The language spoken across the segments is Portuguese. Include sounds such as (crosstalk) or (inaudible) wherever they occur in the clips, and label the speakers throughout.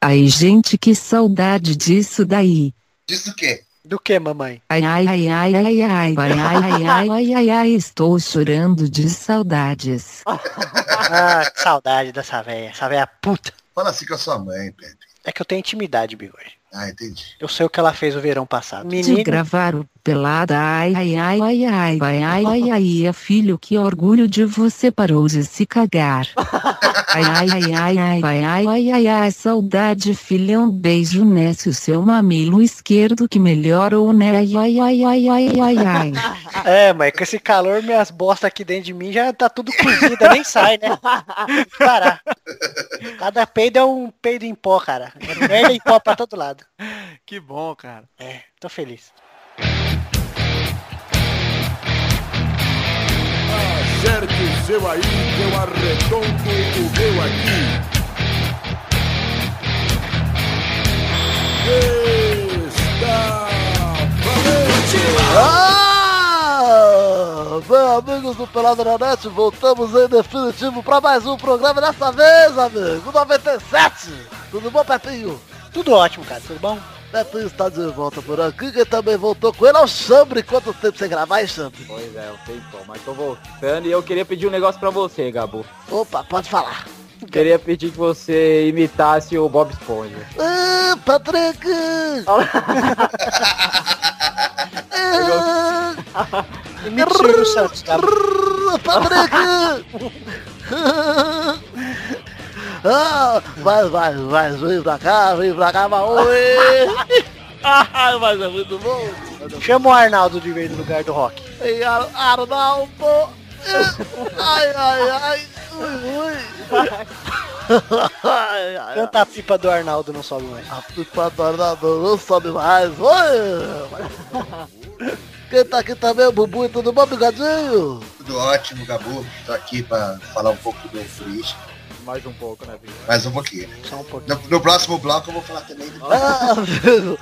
Speaker 1: Ai, gente, que saudade disso daí.
Speaker 2: Diz o quê?
Speaker 3: Do que,
Speaker 4: (laughs)
Speaker 3: mamãe?
Speaker 1: Ai, ai, ai, ai, ai, ai, ai, ai, ai, ai, ai, ai, ai, estou chorando de saudades.
Speaker 3: Ah, que saudade dessa véia. Essa véia puta.
Speaker 2: Fala assim com a sua mãe, Pepe.
Speaker 3: É que eu tenho intimidade, bigode.
Speaker 2: Ah, entendi.
Speaker 3: Eu sei o que ela fez o verão passado.
Speaker 1: De gravar o pelada, ai, ai, ai, ai, ai, ai, ai, ai, ai, ai, filho, que orgulho de você parou de se cagar. Ai, ai, ai, ai, ai, ai, ai, ai, ai, ai, saudade, filhão, beijo nesse o seu mamilo esquerdo que melhorou, né? Ai, ai, ai, ai, ai, ai, ai.
Speaker 3: É, mãe, com esse calor, minhas bostas aqui dentro de mim já tá tudo cozida, nem sai, né? Tem que parar. Cada peido é um peido em pó, cara. É merda em pó pra todo lado.
Speaker 4: Que bom, cara.
Speaker 3: É, tô feliz.
Speaker 5: Acerte o seu aí, que eu arredondo o meu aqui. Está valente!
Speaker 3: Ah, Bem, amigos do Pelado na Net, voltamos em definitivo para mais um programa dessa vez, amigo, 97. Tudo bom, Pepinho? Tudo ótimo, cara, tudo bom? Pepinho está de volta por aqui, quem também voltou com ele é o Chambre. Quanto tempo sem gravar, hein, Chambre?
Speaker 6: Pois é, eu sei então, mas tô voltando e eu queria pedir um negócio pra você, Gabu.
Speaker 3: Opa, pode falar.
Speaker 6: Queria pedir que você imitasse o Bob Esponja.
Speaker 3: Ah, Patrick! Ah, Mentira, Santos, cara.
Speaker 5: Patrick! (laughs) ah, vai, vai, vai, vem pra cá, vem pra cá,
Speaker 3: (laughs)
Speaker 5: Maui! Ah, mas é muito bom!
Speaker 3: Chama o Arnaldo de vez no lugar do Rock.
Speaker 5: Ei, Ar- Arnaldo! Ai, ai, ai!
Speaker 3: (laughs)
Speaker 5: Ui, ui! Ai, ai, ai!
Speaker 3: Tanta pipa do Arnaldo né? não sobe mais.
Speaker 5: A pipa do Arnaldo não sobe mais! Oi! Quem tá aqui também é o Bubu, tudo bom, bigodinho?
Speaker 2: Tudo ótimo, Gabu. Tô aqui pra falar um pouco do político.
Speaker 6: Mais um pouco, né, Vitor?
Speaker 2: Mais um pouquinho. né?
Speaker 3: Só um pouquinho.
Speaker 2: No, no próximo bloco eu vou falar também do...
Speaker 5: Ah, amigo.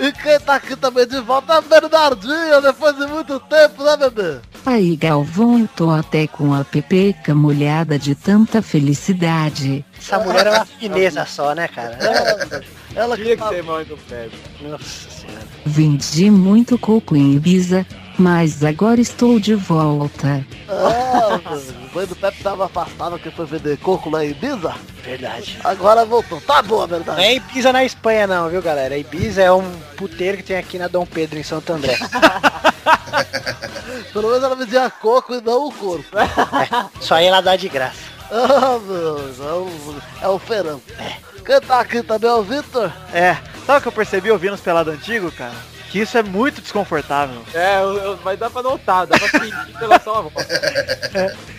Speaker 5: E e quem tá aqui também de volta é o Bernardinho, depois de muito tempo, né, bebê?
Speaker 1: Aí, Galvão, eu tô até com a pepeca molhada de tanta felicidade.
Speaker 3: Essa mulher é uma fineza só, né, cara?
Speaker 5: (laughs) Ela que
Speaker 6: Tinha que
Speaker 5: tá...
Speaker 6: ser mãe do Pepe.
Speaker 3: Nossa senhora.
Speaker 1: Vendi muito coco em Ibiza, mas agora estou de volta.
Speaker 5: Ah, mano, o mãe do Pepe tava afastada que foi vender coco lá em Ibiza,
Speaker 3: Verdade.
Speaker 5: agora voltou. Tá boa,
Speaker 3: Não
Speaker 5: Bernardinho.
Speaker 3: é Ibiza na Espanha não, viu galera? Ibiza é um puteiro que tem aqui na Dom Pedro, em Santo André.
Speaker 5: (laughs) Pelo menos ela vendia coco e não o corpo.
Speaker 3: Isso É, aí ela dá de graça.
Speaker 5: Ah, meu, é um, é um feirão. Quem tá aqui também é o Victor?
Speaker 4: É, sabe o que eu percebi ouvindo os pelados antigos, cara? Que isso é muito desconfortável.
Speaker 6: É, eu, eu- mas dá pra notar, dá pra sentir (laughs) pela sua voz.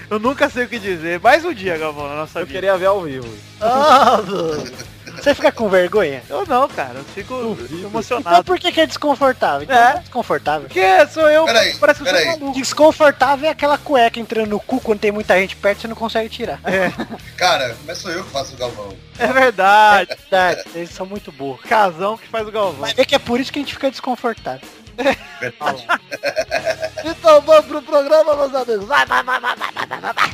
Speaker 4: Eu nunca sei o que dizer. Mais um dia, Galvão, na nossa
Speaker 6: Eu
Speaker 4: vida.
Speaker 6: queria ver ao vivo.
Speaker 5: Ah, meu.
Speaker 3: Você fica com vergonha?
Speaker 4: Eu não, cara. Eu fico
Speaker 3: Então
Speaker 4: emocionado.
Speaker 3: por que, que é desconfortável? Então,
Speaker 4: É.
Speaker 3: é desconfortável.
Speaker 4: Porque sou eu,
Speaker 2: Peraí,
Speaker 4: parece que eu sou
Speaker 2: peraí.
Speaker 4: maluco.
Speaker 3: Desconfortável é aquela cueca entrando no cu quando tem muita gente perto e você não consegue
Speaker 5: (laughs)
Speaker 3: tirar.
Speaker 2: Cara, mas sou eu que faço o Galvão.
Speaker 4: É
Speaker 5: Ah,
Speaker 4: verdade.
Speaker 3: Verdade, eles são muito burros.
Speaker 4: Casão que faz o Galvão.
Speaker 3: Vai ver que é por isso que a gente fica desconfortável.
Speaker 2: Verdade.
Speaker 5: (laughs) Então vamos pro programa, meus amigos. Vai, vai, vai, vai, vai, vai, vai, vai.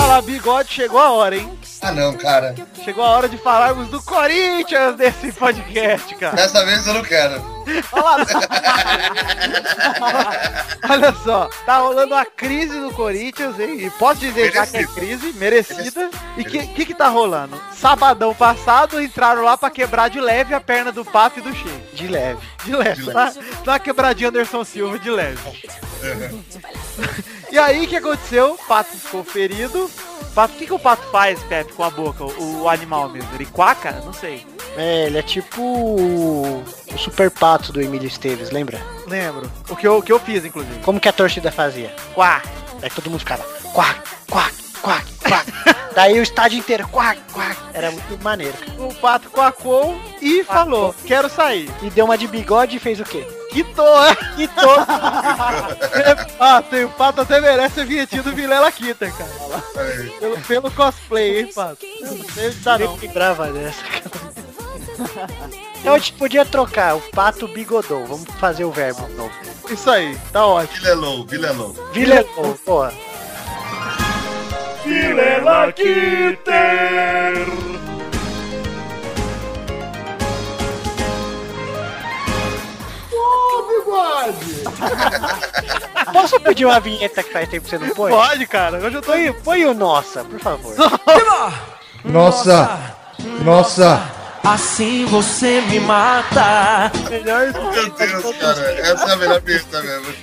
Speaker 4: Olha lá, bigode, chegou a hora, hein?
Speaker 2: Ah não, cara.
Speaker 4: Chegou a hora de falarmos do Corinthians desse podcast, cara.
Speaker 2: Dessa vez eu não quero.
Speaker 4: Olha só, tá rolando a crise do Corinthians, hein? E posso dizer já que é
Speaker 2: Merecida.
Speaker 4: crise, merecida. E o que, que que tá rolando? Sabadão passado, entraram lá pra quebrar de leve a perna do Pato e do Sheik.
Speaker 3: De leve.
Speaker 4: De leve, tá? Dá uma quebradinha Anderson Silva de leve. e aí, o que aconteceu? O Pato ficou ferido. Pato, o que, que o pato faz, Pepe, com a boca? O, o animal mesmo? Ele quaca? Não sei.
Speaker 3: É, ele é tipo o o super pato do Emílio Esteves, lembra?
Speaker 4: Lembro. O que eu, o que eu fiz, inclusive.
Speaker 3: Como que a torcida fazia?
Speaker 4: Quá.
Speaker 5: (laughs)
Speaker 3: Aí todo mundo ficava, quack, quack, quack, quack. Daí o estádio inteiro, quack, quack. Era muito maneiro. cara.
Speaker 4: O pato coacou e falou, quero sair.
Speaker 3: E deu uma de bigode e fez o
Speaker 5: (laughs)
Speaker 3: quê?
Speaker 4: Quitou, (laughs) é? Quitou. ah, tem o pato até merece ser vinhetinho do Vilela Kita, cara.
Speaker 2: É,
Speaker 4: Pelo, pelo cosplay, hein, pato? Eu não sei onde tá,
Speaker 3: Nem
Speaker 4: não.
Speaker 3: me lembrava dessa, cara. Então a gente podia trocar o pato bigodou. Vamos fazer o verbo novo.
Speaker 4: Isso aí, tá ótimo.
Speaker 2: Vilelou, vilelou.
Speaker 3: Vilelou, porra. Posso pedir uma vinheta que faz tempo que você não põe?
Speaker 4: Pode, cara. Hoje eu tô indo.
Speaker 3: Põe o nossa, por favor.
Speaker 7: Nossa! Nossa!
Speaker 8: Assim você me mata.
Speaker 4: Melhor
Speaker 2: Meu Deus, cara, essa é a melhor pista mesmo.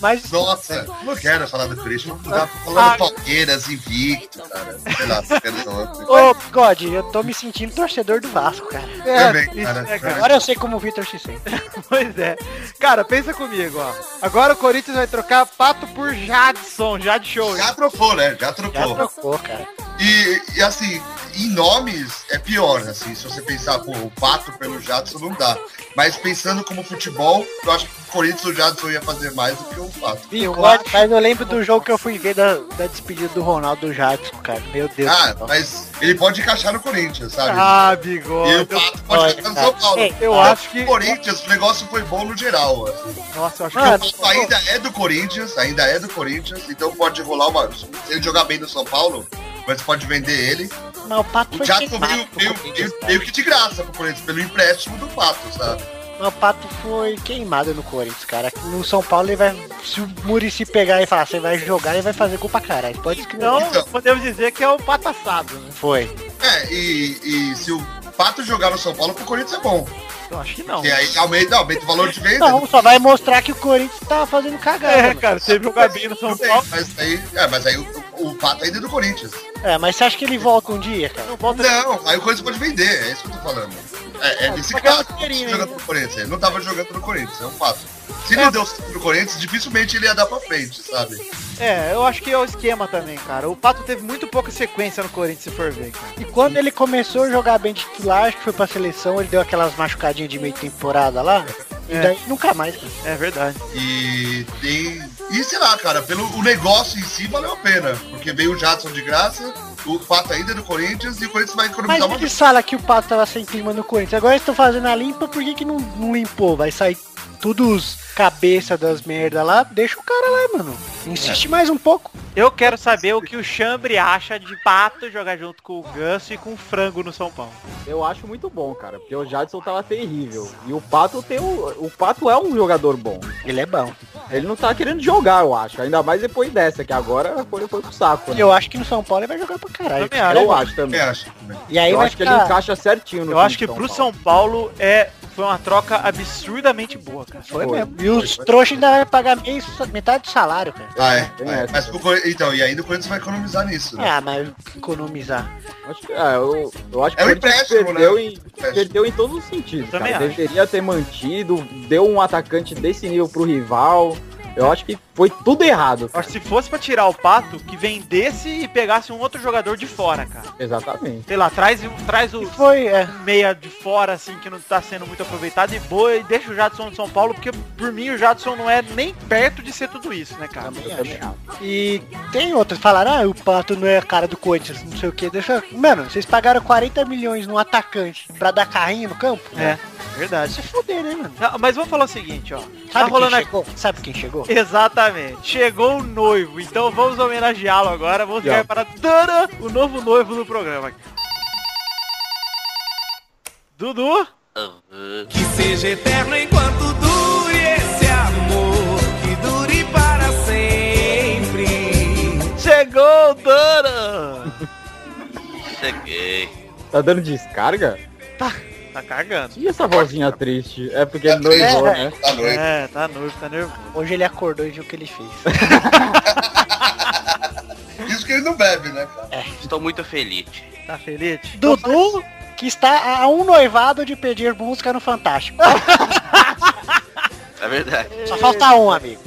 Speaker 3: Mas
Speaker 2: Nossa, não quero falar do Christian, vamos mudar pra falar do Palmeiras, invicto, cara. Sei lá, se quer não.
Speaker 3: Ô, God, eu tô me sentindo torcedor do Vasco, cara.
Speaker 2: Também,
Speaker 4: isso é, cara.
Speaker 2: cara.
Speaker 3: Agora eu sei como o Vitor se sente.
Speaker 4: Pois é. Cara, pensa comigo, ó. Agora o Corinthians vai trocar pato por Jadson, Jad Show.
Speaker 2: Já trocou, né? Já trocou.
Speaker 3: Trocou, cara.
Speaker 2: E, e, assim, em nomes é pior, assim, se você pensar, pô, o pato pelo Jadson não dá. Mas pensando como futebol, eu acho que o Corinthians o Jadson ia fazer mais do que o pato.
Speaker 3: Eu gosto, mas eu lembro do jogo que eu fui ver da, da despedida do Ronaldo do Jadson, cara. Meu Deus
Speaker 2: Ah,
Speaker 3: do céu.
Speaker 2: mas ele pode encaixar no Corinthians, sabe?
Speaker 4: Ah,
Speaker 2: e o
Speaker 4: bigode.
Speaker 2: pato pode encaixar no São Paulo.
Speaker 3: Ei,
Speaker 4: Eu
Speaker 2: Então,
Speaker 4: acho que.
Speaker 2: O Corinthians, o negócio foi bom no geral. assim.
Speaker 4: Nossa, eu acho
Speaker 3: Mano,
Speaker 2: Porque o Pato ainda é do Corinthians, ainda é do Corinthians, então pode rolar uma. Se ele jogar bem no São Paulo, mas pode vender ele.
Speaker 3: Mas o Pato
Speaker 2: O
Speaker 3: foi
Speaker 2: Jackson
Speaker 3: queimado.
Speaker 2: veio,
Speaker 3: pro
Speaker 2: veio-
Speaker 3: Corinthians,
Speaker 2: veio-
Speaker 3: cara.
Speaker 2: veio que de graça pro Corinthians, pelo empréstimo do Pato, sabe?
Speaker 3: Mas o Pato foi queimado no Corinthians, cara. No São Paulo ele vai. Se o Murici pegar e falar, você vai jogar, ele vai fazer gol pra caralho. Pode escrever.
Speaker 4: Então,
Speaker 2: Então.
Speaker 4: podemos dizer que é o pato assado, né?
Speaker 3: Foi.
Speaker 2: É, e, e se o Pato jogar no São Paulo, pro Corinthians é bom.
Speaker 4: Eu acho que não.
Speaker 2: E aí aumenta, aumenta o valor de venda.
Speaker 3: Não, só vai mostrar que o Corinthians tá fazendo cagada.
Speaker 4: É,
Speaker 3: mano.
Speaker 4: cara, teve jogar bem no São
Speaker 2: Tudo bem,
Speaker 4: Paulo.
Speaker 2: mas aí, é, mas aí o, o Pato ainda é do Corinthians.
Speaker 3: É, mas você acha que ele volta um dia, cara?
Speaker 4: Não volta
Speaker 2: Não, aí o Corinthians pode vender, é isso que eu tô falando. É, é desse
Speaker 3: só que é
Speaker 2: caso, ele
Speaker 3: uma feirinha,
Speaker 2: jogando no Corinthians. Ele não tava jogando no Corinthians, é um fato. Se ele deu certo no Corinthians, dificilmente ele ia dar pra frente, sabe?
Speaker 4: É, eu acho que é o esquema também, cara. O Pato teve muito pouca sequência no Corinthians, se for ver, cara.
Speaker 3: E quando ele começou a jogar bem titular, acho que foi pra seleção, ele deu aquelas machucadinhas de meio temporada lá.
Speaker 4: É.
Speaker 3: E daí nunca mais. cara.
Speaker 4: É verdade.
Speaker 2: E tem. E sei lá, cara, pelo o negócio em si valeu a pena. Porque veio o Jadson de graça, o Pato ainda é do Corinthians e o Corinthians vai
Speaker 3: Mas
Speaker 2: economizar uma
Speaker 3: eles falam que o Pato tava sem clima no Corinthians. Agora eles estão fazendo a limpa, por que, que não, não limpou? Vai sair tudo os cabeça das merda lá. Deixa o cara lá, mano. Insiste mais um pouco.
Speaker 4: Eu quero saber o que o Chambre acha de Pato jogar junto com o Ganso e com o Frango no São Paulo.
Speaker 5: Eu acho muito bom, cara, porque o Jadson tava terrível. E o Pato tem o... O Pato é um jogador bom.
Speaker 3: Ele é bom.
Speaker 5: Ele não tá querendo jogar, eu acho. Ainda mais depois dessa, que agora foi, foi pro saco, né?
Speaker 3: Eu acho que no São Paulo ele vai jogar pra caralho.
Speaker 4: Também acho.
Speaker 5: Eu acho também.
Speaker 2: Eu acho né? também.
Speaker 3: E aí
Speaker 5: eu
Speaker 3: vai
Speaker 5: acho que ele
Speaker 3: ficar...
Speaker 5: encaixa certinho no
Speaker 4: Eu
Speaker 5: time
Speaker 4: acho que
Speaker 5: de
Speaker 4: pro
Speaker 5: Paulo.
Speaker 4: São Paulo é foi uma troca absurdamente boa, cara.
Speaker 3: Foi
Speaker 5: Foi.
Speaker 3: mesmo. E os trouxas ainda vai pagar meio- metade do salário, cara.
Speaker 2: Ah, é.
Speaker 5: Tem
Speaker 2: é.
Speaker 5: essa,
Speaker 2: Mas pro Cor- então, e ainda o Corinthians vai economizar nisso, né?
Speaker 3: Ah, mas economizar.
Speaker 5: Acho que, é, eu, eu acho que
Speaker 2: É um
Speaker 5: o Corinthians
Speaker 2: empréstimo,
Speaker 5: perdeu,
Speaker 2: né?
Speaker 5: em,
Speaker 2: Empréstimo.
Speaker 5: perdeu em todos os sentidos.
Speaker 4: Também
Speaker 5: cara.
Speaker 4: acho.
Speaker 5: Deveria ter mantido, deu um atacante desse nível pro rival. Eu acho que foi tudo errado.
Speaker 4: Acho que se fosse pra tirar o Pato, que vendesse e pegasse um outro jogador de fora, cara.
Speaker 5: Exatamente.
Speaker 4: Sei lá, traz, traz o
Speaker 3: Foi, é.
Speaker 4: meia de fora, assim, que não tá sendo muito aproveitado e boa, e deixa o Jadson no São Paulo, porque por mim o Jadson não é nem perto de ser tudo isso, né, cara?
Speaker 5: Eu também acho.
Speaker 3: E tem outros, falaram, ah, o Pato não é a cara do Corinthians, não sei o que. Deixa... Mano, vocês pagaram 40 milhões num atacante pra dar carrinho no campo?
Speaker 4: É,
Speaker 3: verdade. Se fuder, né, mano?
Speaker 4: Não, Mas vou falar o seguinte, ó. tá
Speaker 3: Sabe
Speaker 4: rolando
Speaker 3: quem
Speaker 4: aqui.
Speaker 3: chegou? Sabe quem chegou?
Speaker 4: (laughs) Exatamente. Chegou o noivo, então vamos homenageá-lo agora. Vamos
Speaker 5: Yeah.
Speaker 4: ligar para Dana, o novo noivo do programa. Dudu?
Speaker 8: Que seja eterno enquanto dure esse amor. Que dure para sempre.
Speaker 4: Chegou,
Speaker 9: (laughs)
Speaker 4: Dana!
Speaker 9: Cheguei.
Speaker 5: Tá dando descarga?
Speaker 4: Tá cagando.
Speaker 5: E essa vozinha triste? É porque ele
Speaker 2: É.
Speaker 5: noivou,
Speaker 2: (laughs)
Speaker 5: né?
Speaker 2: Tá noite.
Speaker 4: É, tá noivo, tá nervoso.
Speaker 3: Hoje ele acordou e viu o que ele fez.
Speaker 2: Isso que ele não bebe, né, cara?
Speaker 9: Estou muito feliz.
Speaker 4: Tá feliz?
Speaker 3: (laughs) Dudu, que está a um noivado de pedir música no Fantástico.
Speaker 9: É verdade.
Speaker 3: Só falta um, amigo.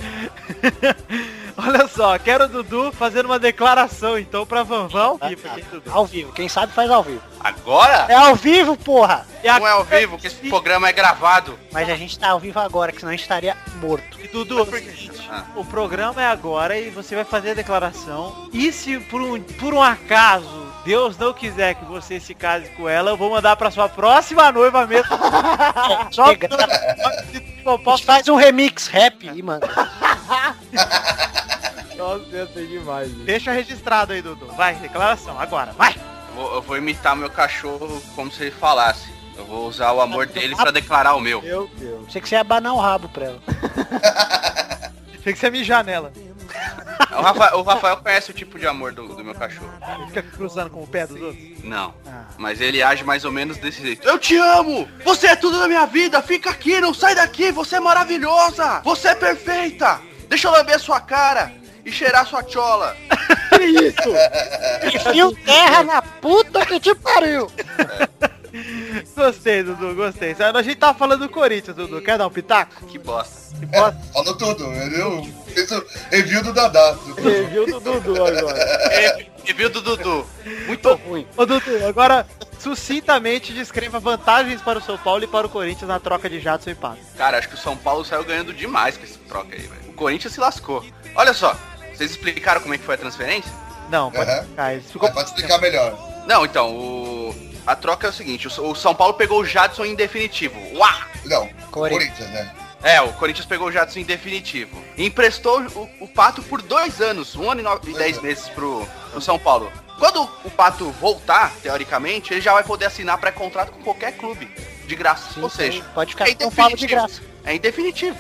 Speaker 4: Olha só, quero o Dudu fazer uma declaração então pra Vanvão.
Speaker 3: Ah,
Speaker 9: (laughs)
Speaker 4: Ih, pra quem, Dudu?
Speaker 3: Ao vivo, quem sabe faz ao vivo.
Speaker 9: Agora?
Speaker 3: É ao vivo, porra!
Speaker 4: E a-
Speaker 9: Não é ao vivo, que esse programa é gravado.
Speaker 3: Mas a gente tá ao vivo agora, que senão a gente estaria morto.
Speaker 4: E, Dudu, é o seguinte, o programa é agora e você vai fazer a declaração. E se por um, por um acaso Deus não quiser que você se case com ela, eu vou mandar pra sua próxima noiva (laughs) mesmo. Só
Speaker 3: Ah, Pega-
Speaker 4: Pô,
Speaker 3: A
Speaker 4: posso
Speaker 3: gente faz um remix rap e manda.
Speaker 5: Nossa, ia ser demais, gente.
Speaker 4: Deixa registrado aí, Dudu. Vai, declaração, agora, vai!
Speaker 9: Eu vou, eu vou imitar meu cachorro como se ele falasse. Eu vou usar o amor dele pra declarar o meu.
Speaker 5: Meu Deus.
Speaker 3: Pensei que você ia abanar o rabo pra ela.
Speaker 4: Tem que ser mijar nela.
Speaker 9: O Rafa- o Rafael, conhece o tipo de amor do, do meu cachorro.
Speaker 4: Fica cruzando com o pé dos outros.
Speaker 9: Não. Mas ele age mais ou menos desse jeito. Eu te amo! Você é tudo na minha vida! Fica aqui, não sai daqui! Você é maravilhosa! Você é perfeita! Deixa eu lamber sua cara e cheirar sua chola.
Speaker 5: Que isso?
Speaker 3: Enfio terra na puta que te pariu!
Speaker 4: Gostei, Dudu, gostei. A gente tava falando do Corinthians, Dudu. Quer dar um pitaco?
Speaker 9: Que bosta.
Speaker 2: Falou tudo. Eu fiz o review do Dadá.
Speaker 5: Review do Dudu agora.
Speaker 9: É, E viu do Dudu? Muito ruim.
Speaker 4: Ô, Dudu, agora, sucintamente, descreva vantagens para o São Paulo e para o Corinthians na troca de jatos e empate.
Speaker 9: Cara, acho que o São Paulo saiu ganhando demais com essa troca aí, velho. O Corinthians se lascou. Olha só, vocês explicaram como é que foi a transferência?
Speaker 4: Não, pode
Speaker 2: Aham.
Speaker 4: ficar. Isso ficou...
Speaker 2: Mas Pode explicar melhor.
Speaker 9: Não, então, o... a troca é o seguinte, o S- o São Paulo pegou o Jadson em definitivo. Uá!
Speaker 2: Não,
Speaker 3: Corinthians.
Speaker 2: Corinthians, né?
Speaker 9: É, o Corinthians pegou o Jadson em definitivo. E emprestou o, o Pato por dois anos, um ano e, nove, e
Speaker 3: Uhum.
Speaker 9: dez meses pro, pro São Paulo. Quando o Pato voltar, teoricamente, ele já vai poder assinar pré-contrato com qualquer clube. De graça.
Speaker 4: Então,
Speaker 9: Ou seja,
Speaker 3: Pode ficar
Speaker 9: é
Speaker 3: com o Paulo de
Speaker 9: definitivo.
Speaker 3: graça.
Speaker 9: é em definitivo.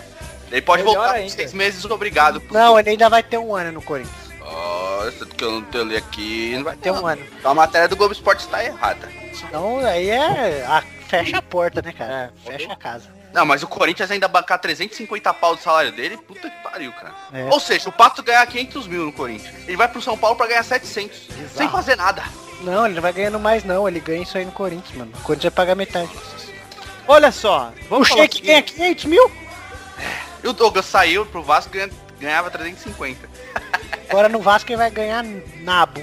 Speaker 9: Ele pode
Speaker 5: Melhor
Speaker 9: voltar por
Speaker 5: ainda.
Speaker 9: seis meses, obrigado.
Speaker 3: Não, ele ainda vai ter um ano no Corinthians.
Speaker 9: Nossa, que eu não tenho ali aqui. Não vai ter
Speaker 3: Tem
Speaker 9: um
Speaker 3: um ano.
Speaker 9: A matéria do Globo Esporte está errada.
Speaker 3: Então aí é. a- fecha a porta, né, cara? fecha a casa.
Speaker 9: Não, mas o Corinthians ainda bancar 350 pau do salário dele, puta que pariu, cara.
Speaker 3: É.
Speaker 9: Ou seja, o Pato ganha 500 mil no Corinthians. Ele vai pro São Paulo pra ganhar 700. Sem fazer nada.
Speaker 3: Não, ele não vai ganhando mais, não. Ele ganha isso aí no Corinthians, mano. O Corinthians vai pagar metade.
Speaker 4: Olha só,
Speaker 3: O
Speaker 4: vamos falar
Speaker 3: Sheik é ganha 500 mil?
Speaker 9: E o Douglas saiu pro Vasco ganha- ganhava 350.
Speaker 3: Agora no Vasco ele vai ganhar nabo.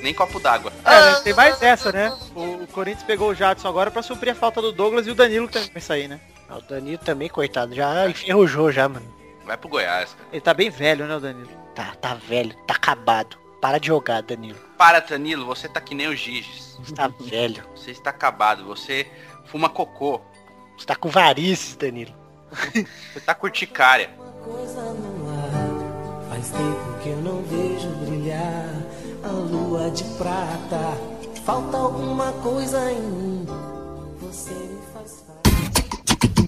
Speaker 9: Nem copo d'água.
Speaker 4: É, né, tem mais essa, né? O, o Corinthians pegou o Jadson agora pra suprir a falta do Douglas e o Danilo que também vai sair, né?
Speaker 3: Ah, O Danilo também, coitado, já enferrujou já, mano.
Speaker 9: Vai pro Goiás, cara.
Speaker 4: Ele tá bem velho, né, o Danilo?
Speaker 3: Tá, tá velho, tá acabado. Para de jogar, Danilo.
Speaker 9: Para, Danilo, você tá que nem o Giges.
Speaker 3: Você (laughs) tá velho.
Speaker 9: Você está acabado. Você fuma cocô.
Speaker 3: Você tá com varizes, Danilo.
Speaker 9: Você tá com urticária.
Speaker 8: Coisa no ar, faz tempo que eu não vejo brilhar a lua de prata. Falta alguma coisa em mim. Você me faz falta.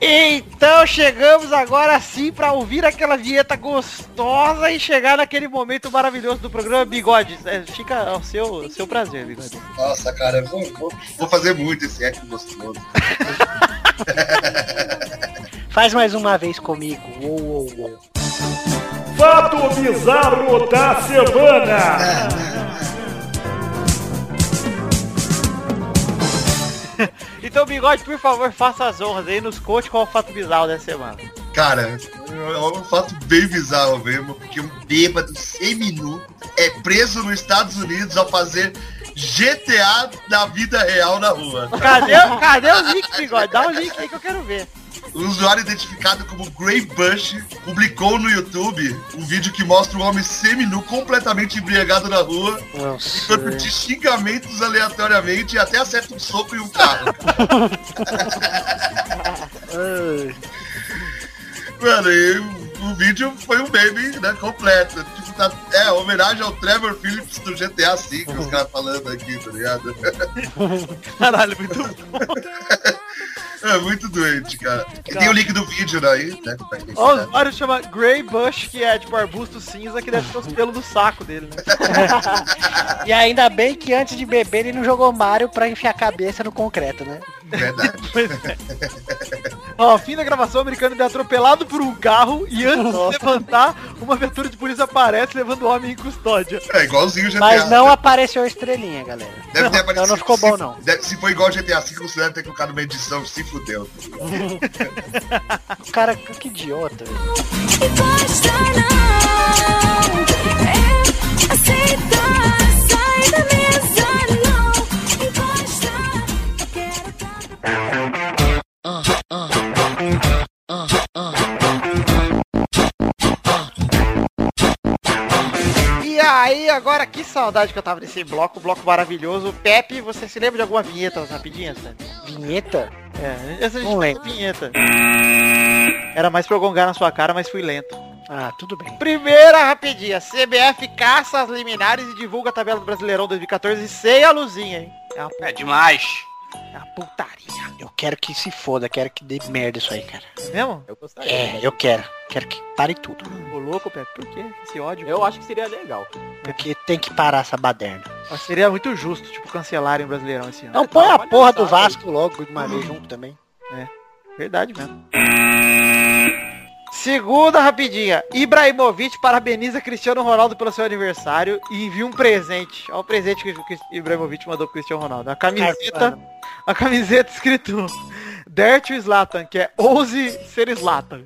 Speaker 4: Então chegamos agora sim pra ouvir aquela vinheta gostosa e chegar naquele momento maravilhoso do programa Bigodes. É, fica ao seu, seu prazer, Bigode.
Speaker 2: Nossa, cara, eu vou, vou- vou fazer muito esse act gostoso.
Speaker 3: Faz mais uma vez comigo. Uou, uou, uou.
Speaker 10: Fato bizarro da
Speaker 4: É
Speaker 10: semana.
Speaker 4: Então, Bigode, por favor, faça as honras aí, nos conte qual é o fato bizarro dessa semana.
Speaker 2: Cara, é um fato bem bizarro mesmo, porque um bêbado seminu é preso nos Estados Unidos ao fazer GTA na vida real na rua.
Speaker 4: Cadê, cadê o link, Bigode? Dá o link aí que eu quero ver.
Speaker 2: O Um usuário identificado como Gray Bush publicou no YouTube um vídeo que mostra um homem seminu completamente embriagado na rua,
Speaker 3: Nossa.
Speaker 2: enquanto de xingamentos aleatoriamente e até acerta um soco em um carro.
Speaker 3: Ai,
Speaker 2: Mano, e o, o vídeo foi um meme, né? Completo. Tipo, tá, é, homenagem ao Trevor Phillips do GTA V, os caras falando aqui, tá ligado?
Speaker 4: Caralho, muito bom.
Speaker 2: É muito doente, cara. E tem o link do vídeo aí, né? pra quem
Speaker 4: Ó, O
Speaker 2: quiser.
Speaker 4: usuário chama Grey Bush, que é tipo arbusto cinza, que deve ser os pelos do saco dele, né?
Speaker 3: (laughs) E ainda bem que antes de beber ele não jogou Mario pra enfiar a cabeça no concreto, né?
Speaker 2: Verdade.
Speaker 4: Ó, fim da gravação, o americano é atropelado por um carro e antes de levantar, uma viatura de polícia aparece levando o homem em custódia.
Speaker 2: É igualzinho o GTA.
Speaker 3: Mas não apareceu a estrelinha, galera.
Speaker 2: Deve ter
Speaker 3: Não,
Speaker 2: aparecido-
Speaker 3: então não ficou
Speaker 2: se-
Speaker 3: bom, não.
Speaker 2: deve- se foi igual GTA V, você deve ter colocado uma edição, se fudeu.
Speaker 3: O cara, que idiota. velho.
Speaker 11: Aceita, sai da mesa, não encosta. Eu quero
Speaker 4: E aí, agora que saudade que eu tava desse bloco, bloco maravilhoso. Pepe, você se lembra de alguma vinheta rapidinha, Sam?
Speaker 3: Vinheta?
Speaker 4: É, essa
Speaker 3: Não
Speaker 4: gente
Speaker 3: lembro.
Speaker 4: vinheta. Era mais pra eu gongar na sua cara, mas fui lento.
Speaker 3: Ah, tudo bem.
Speaker 4: Primeira rapidinha, CBF caça as liminares e divulga a tabela do Brasileirão 2014 sem a luzinha, hein? É uma
Speaker 9: É demais.
Speaker 4: putaria
Speaker 3: Eu quero que se foda, quero que dê merda isso aí, cara.
Speaker 4: mesmo?
Speaker 5: Eu gostaria. né?
Speaker 3: É, eu quero. Quero que pare tudo.
Speaker 4: Ô louco, Pepe, por quê? Esse ódio.
Speaker 5: Eu acho que seria legal.
Speaker 3: Porque tem que parar essa baderna.
Speaker 4: Mas seria muito justo, tipo, cancelarem o Brasileirão esse ano.
Speaker 3: Não, põe a porra do Vasco logo de uma vez junto também.
Speaker 4: Verdade mesmo. Segunda rapidinha. Ibrahimovic parabeniza Cristiano Ronaldo pelo seu aniversário e envia um presente. Olha o presente que o Crist- Ibrahimovic mandou pro Cristiano Ronaldo. A camiseta. A camiseta escrito Dirt Slatan, que é ouse ser Slatan.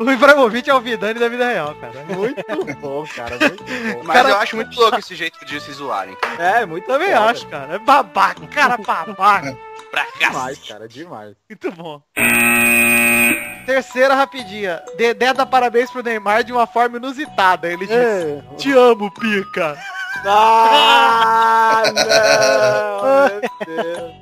Speaker 4: o Ibrahimovic é o Vidani da vida real, cara.
Speaker 3: Muito bom, cara. Muito bom.
Speaker 9: Mas
Speaker 4: Cara-
Speaker 9: eu acho muito louco esse jeito de se zoarem. cara.
Speaker 5: É, muito
Speaker 4: Também
Speaker 5: foda.
Speaker 4: acho, cara. É babaca, cara babaca.
Speaker 9: Pra cá.
Speaker 5: Demais, cara, demais.
Speaker 4: Muito bom. Terceira rapidinha. Dedé dá parabéns pro Neymar de uma forma inusitada. Ele diz,
Speaker 5: É.
Speaker 4: te amo, pica. (laughs)
Speaker 5: Ah, não! Meu Deus.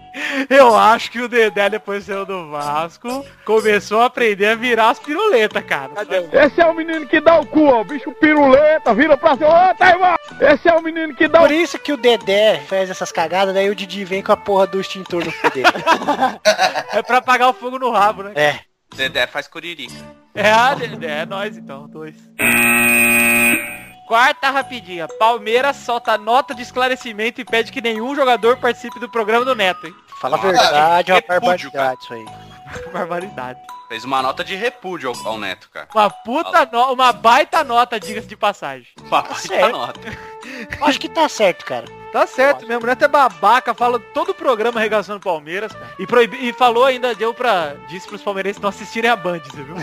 Speaker 4: Eu acho que o Dedé, depois saiu do Vasco, começou a aprender a virar as piruletas, cara.
Speaker 5: Cadê o
Speaker 10: Esse é o menino que dá o cu, ó. Bicho piruleta, vira pra cima. Ô, Taiwan! Esse é o menino que
Speaker 4: Então
Speaker 10: dá o
Speaker 3: Por isso que o Dedé fez essas cagadas, daí o Didi vem com a porra do extintor no cu dele.
Speaker 4: É pra apagar o fogo no rabo, né?
Speaker 3: É.
Speaker 9: Dedé faz curirica.
Speaker 4: É, a Dedé, é nós então, dois. Quarta rapidinha. Palmeiras solta nota de esclarecimento e pede que nenhum jogador participe do programa do Neto, hein?
Speaker 3: Fala a verdade, é uma
Speaker 9: Repúdio, cara.
Speaker 3: barbaridade isso aí.
Speaker 4: Barbaridade.
Speaker 9: Fez uma nota de repúdio ao, ao Neto, cara.
Speaker 4: Uma puta no... uma baita nota, diga-se de passagem.
Speaker 9: Uma baita
Speaker 3: certo.
Speaker 9: nota.
Speaker 3: Eu Acho que tá certo, cara.
Speaker 4: Tá certo mesmo, né? Até babaca, fala todo o programa arregaçando Palmeiras, cara. E, proibi- e falou ainda, deu pra. Disse pros palmeirenses não assistirem a Band, você viu?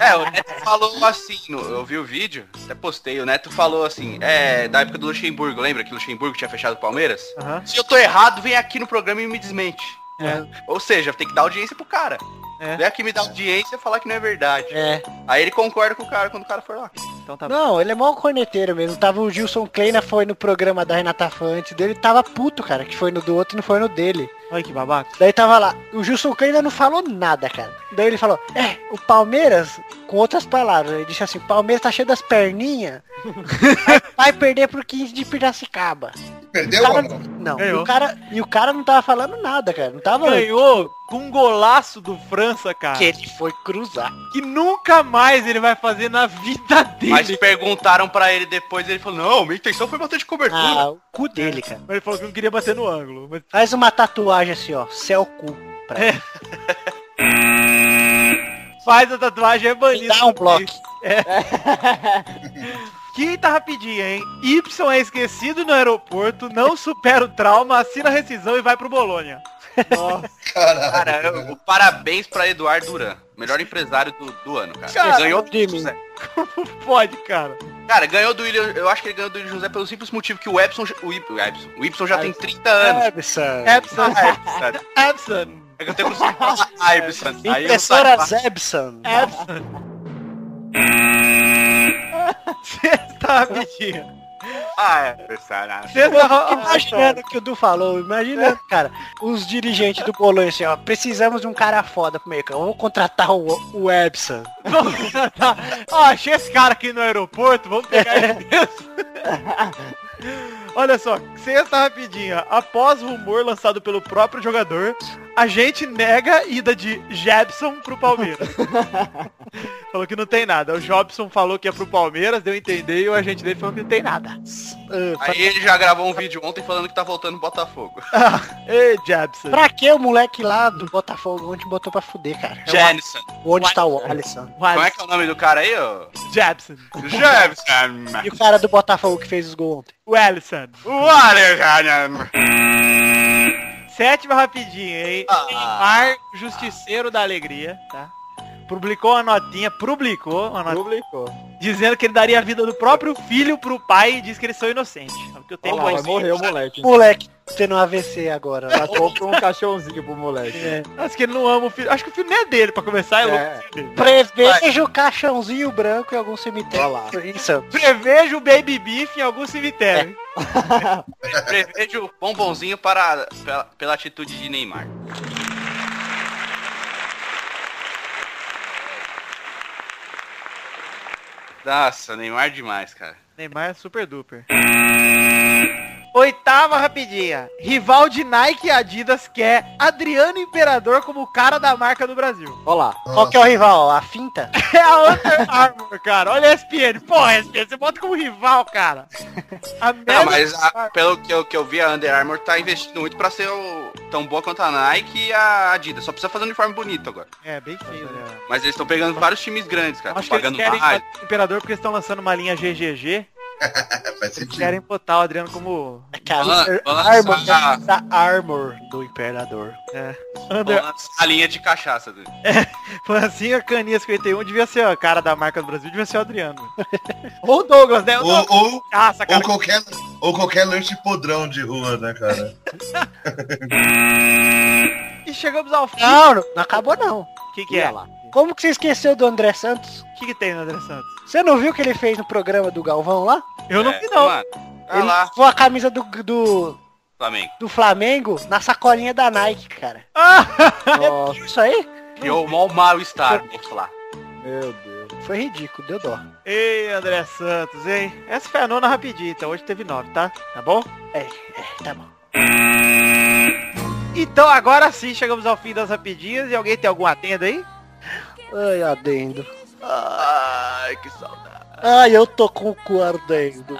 Speaker 9: É, o Neto falou assim, no- eu vi o vídeo, até postei, o Neto falou assim, é, da época do Luxemburgo, lembra que o Luxemburgo tinha fechado o Palmeiras?
Speaker 4: (laughs) Aham.
Speaker 9: Se eu tô errado, vem aqui no programa e me desmente.
Speaker 4: É.
Speaker 9: Ou seja, tem que dar audiência pro cara.
Speaker 4: É.
Speaker 9: Vem aqui me dar audiência e falar que não é verdade.
Speaker 3: É.
Speaker 9: Aí ele concorda com o cara quando o cara for lá.
Speaker 4: Então tá bom.
Speaker 3: Não, ele é mó corneteiro mesmo. Tava o Gilson Kleina, foi no programa da Renata Fã antes dele, tava puto, cara, que foi no do outro e não foi no dele.
Speaker 4: Olha que babaca.
Speaker 3: Daí tava lá, o Gilson Kleina não falou nada, cara. Daí ele falou, é, o Palmeiras, com outras palavras, ele disse assim, o Palmeiras tá cheio das perninhas, vai- vai perder pro 15 de Piracicaba.
Speaker 2: Perdeu
Speaker 3: Cara,
Speaker 2: ou não?
Speaker 3: Não, e
Speaker 4: Ganhou.
Speaker 3: o, cara, e o cara não tava falando nada, cara. Não tava.
Speaker 4: Ganhou com um golaço do França, cara.
Speaker 3: Que
Speaker 4: Que,
Speaker 3: ele foi cruzar.
Speaker 4: nunca mais ele vai fazer na vida dele.
Speaker 9: Mas
Speaker 4: Mas,
Speaker 9: perguntaram pra ele depois, ele falou, não, minha intenção foi bater de cobertura.
Speaker 3: Ah, o cu dele, cara.
Speaker 4: ele falou que não queria bater no ângulo. Mas
Speaker 3: Faz uma tatuagem assim, ó. Céu cu. Pra ele.
Speaker 4: faz a tatuagem, é
Speaker 3: Me
Speaker 4: banido. É.
Speaker 3: dá um bloco.
Speaker 9: (laughs)
Speaker 4: Quinta rapidinha, hein? Y é esquecido no aeroporto, não supera o trauma, assina a rescisão e vai pro Bolonha.
Speaker 2: Caralho.
Speaker 9: Cara, eu- o parabéns pra Eduardo Duran, melhor empresário do, do ano, cara.
Speaker 3: Cara,
Speaker 9: ganhou
Speaker 3: de mim.
Speaker 4: Pode, cara.
Speaker 9: Cara, ganhou do William, eu acho que ele ganhou do William José pelo simples motivo que o Epson, o, Ip- o Epson, o Ibson já tem 30
Speaker 3: É,
Speaker 9: anos.
Speaker 4: Epson,
Speaker 9: sabe?
Speaker 4: Epson,
Speaker 9: É que eu tenho que falar Ibson. Aí eu
Speaker 3: Impressora
Speaker 9: saio-
Speaker 3: Zebson.
Speaker 4: Epson. Sexta rapidinha.
Speaker 9: Ah, é, impressora.
Speaker 4: Sexta
Speaker 3: Imaginando o que o Du falou, imaginando, cara, os dirigentes do Bolonha assim, ó, precisamos de um cara foda pro meio campo, vamos contratar o, o Epson.
Speaker 4: Vamos tratar.
Speaker 3: (laughs)
Speaker 4: Ó, achei esse cara aqui no aeroporto, vamos pegar ele mesmo. Olha só, sexta rapidinha. Após rumor lançado pelo próprio jogador, a gente nega a ida de Jebson
Speaker 3: (laughs)
Speaker 4: pro Palmeiras. falou que não tem nada. O Jobson falou que ia pro Palmeiras, deu a entender, e o agente dele falou que não tem nada.
Speaker 9: Aí ele já gravou um vídeo ontem falando que tá voltando no Botafogo.
Speaker 4: Ei, Jebson.
Speaker 3: Pra que o moleque lá do Botafogo onde botou pra fuder, cara? É o
Speaker 9: Janison.
Speaker 3: Onde tá o Alisson?
Speaker 9: Como é que é o nome do cara aí, ô?
Speaker 4: Jebson.
Speaker 9: Jefferson.
Speaker 3: E o cara do Botafogo que fez os gols ontem?
Speaker 4: O Alisson.
Speaker 9: O Alejandro.
Speaker 4: Sétima rapidinha, hein?
Speaker 9: Ah.
Speaker 4: Neymar, justiceiro da alegria, tá? Publicou uma notinha, publicou uma notinha,
Speaker 5: Publicou.
Speaker 4: dizendo que ele daria a vida do próprio filho pro pai e diz que eles são inocentes. Porque o tempo
Speaker 5: Ó, vai
Speaker 4: é
Speaker 5: morrer o moleque.
Speaker 3: Moleque, tendo um AVC agora. lá
Speaker 5: Ela compra um caixãozinho pro moleque.
Speaker 3: É.
Speaker 4: Acho que ele não ama o filho. Acho que o filho nem é dele, pra começar, é,
Speaker 5: É.
Speaker 4: louco. filho dele.
Speaker 3: Preveja o caixãozinho branco em algum cemitério.
Speaker 5: Olha lá.
Speaker 3: Isso.
Speaker 4: Prevejo o baby beef em algum cemitério.
Speaker 5: É.
Speaker 9: Prevejo bombonzinho para, pela, pela atitude de Neymar. Nossa, Neymar demais, cara.
Speaker 4: Neymar é super duper. Oitava rapidinha. Rival de Nike e Adidas quer Adriano Imperador como cara da marca do Brasil.
Speaker 5: Olha lá.
Speaker 3: Qual que é o rival? A finta?
Speaker 4: É a Under Armour, cara. Olha a ESPN. Porra, ESPN, você bota como rival, cara. A
Speaker 9: Não,
Speaker 4: merda-
Speaker 9: mas a- pelo que eu, que eu vi, a Under Armour tá investindo muito pra ser o- tão boa quanto a Nike e a Adidas. Só precisa fazer um uniforme bonito agora.
Speaker 4: É, bem feio, né?
Speaker 9: Mas eles estão pegando vários times grandes, cara.
Speaker 4: Acho
Speaker 9: Tão
Speaker 4: que eles
Speaker 9: Tá pagando
Speaker 4: querem
Speaker 9: mais.
Speaker 4: fazer Imperador porque eles estão lançando uma linha GGG.
Speaker 2: É, Faz
Speaker 4: Eles
Speaker 2: sentido.
Speaker 4: querem botar o Adriano como
Speaker 9: Lan-
Speaker 3: Armor,
Speaker 9: lançar-
Speaker 3: da Armor do Imperador.
Speaker 4: É.
Speaker 9: vão
Speaker 4: Under
Speaker 9: lançar a linha de cachaça dele.
Speaker 4: Foi assim, a Caninha 51 devia ser a cara da marca do Brasil, devia ser
Speaker 3: (laughs)
Speaker 4: o Adriano. Ou o Douglas, né? O
Speaker 2: Ou,
Speaker 4: Douglas.
Speaker 2: ou,
Speaker 4: Nossa,
Speaker 2: ou,
Speaker 4: cara.
Speaker 2: qualquer, ou qualquer lanche podrão de rua, né, cara?
Speaker 4: E chegamos ao fim.
Speaker 9: Ah,
Speaker 3: Não, não, não acabou não.
Speaker 4: O que, que é? O
Speaker 3: lá. Como que você esqueceu do André Santos?
Speaker 4: que, que tem no André Santos?
Speaker 3: Você não viu o que ele fez no programa do Galvão lá?
Speaker 4: Eu não
Speaker 9: É,
Speaker 4: vi, não.
Speaker 9: Mano,
Speaker 4: Ah,
Speaker 9: olha
Speaker 3: ele
Speaker 9: lá,
Speaker 3: levou a camisa do, do,
Speaker 9: Flamengo.
Speaker 3: do Flamengo na sacolinha da Nike, cara.
Speaker 9: Ah!
Speaker 3: (laughs) É
Speaker 5: Nossa,
Speaker 3: Isso aí
Speaker 9: Criou um o mal mal-estar, vou falar.
Speaker 5: meu Deus.
Speaker 3: foi ridículo, deu dó.
Speaker 4: Ei, André Santos, hein? Essa foi a nona rapidinha, então hoje teve nove, tá? Tá bom?
Speaker 3: Tá bom.
Speaker 4: Então agora sim chegamos ao fim das rapidinhas e alguém tem alguma tenda aí?
Speaker 3: Ai, adendo.
Speaker 9: Ai, que saudade.
Speaker 3: Ai, eu tô com o cu ardendo.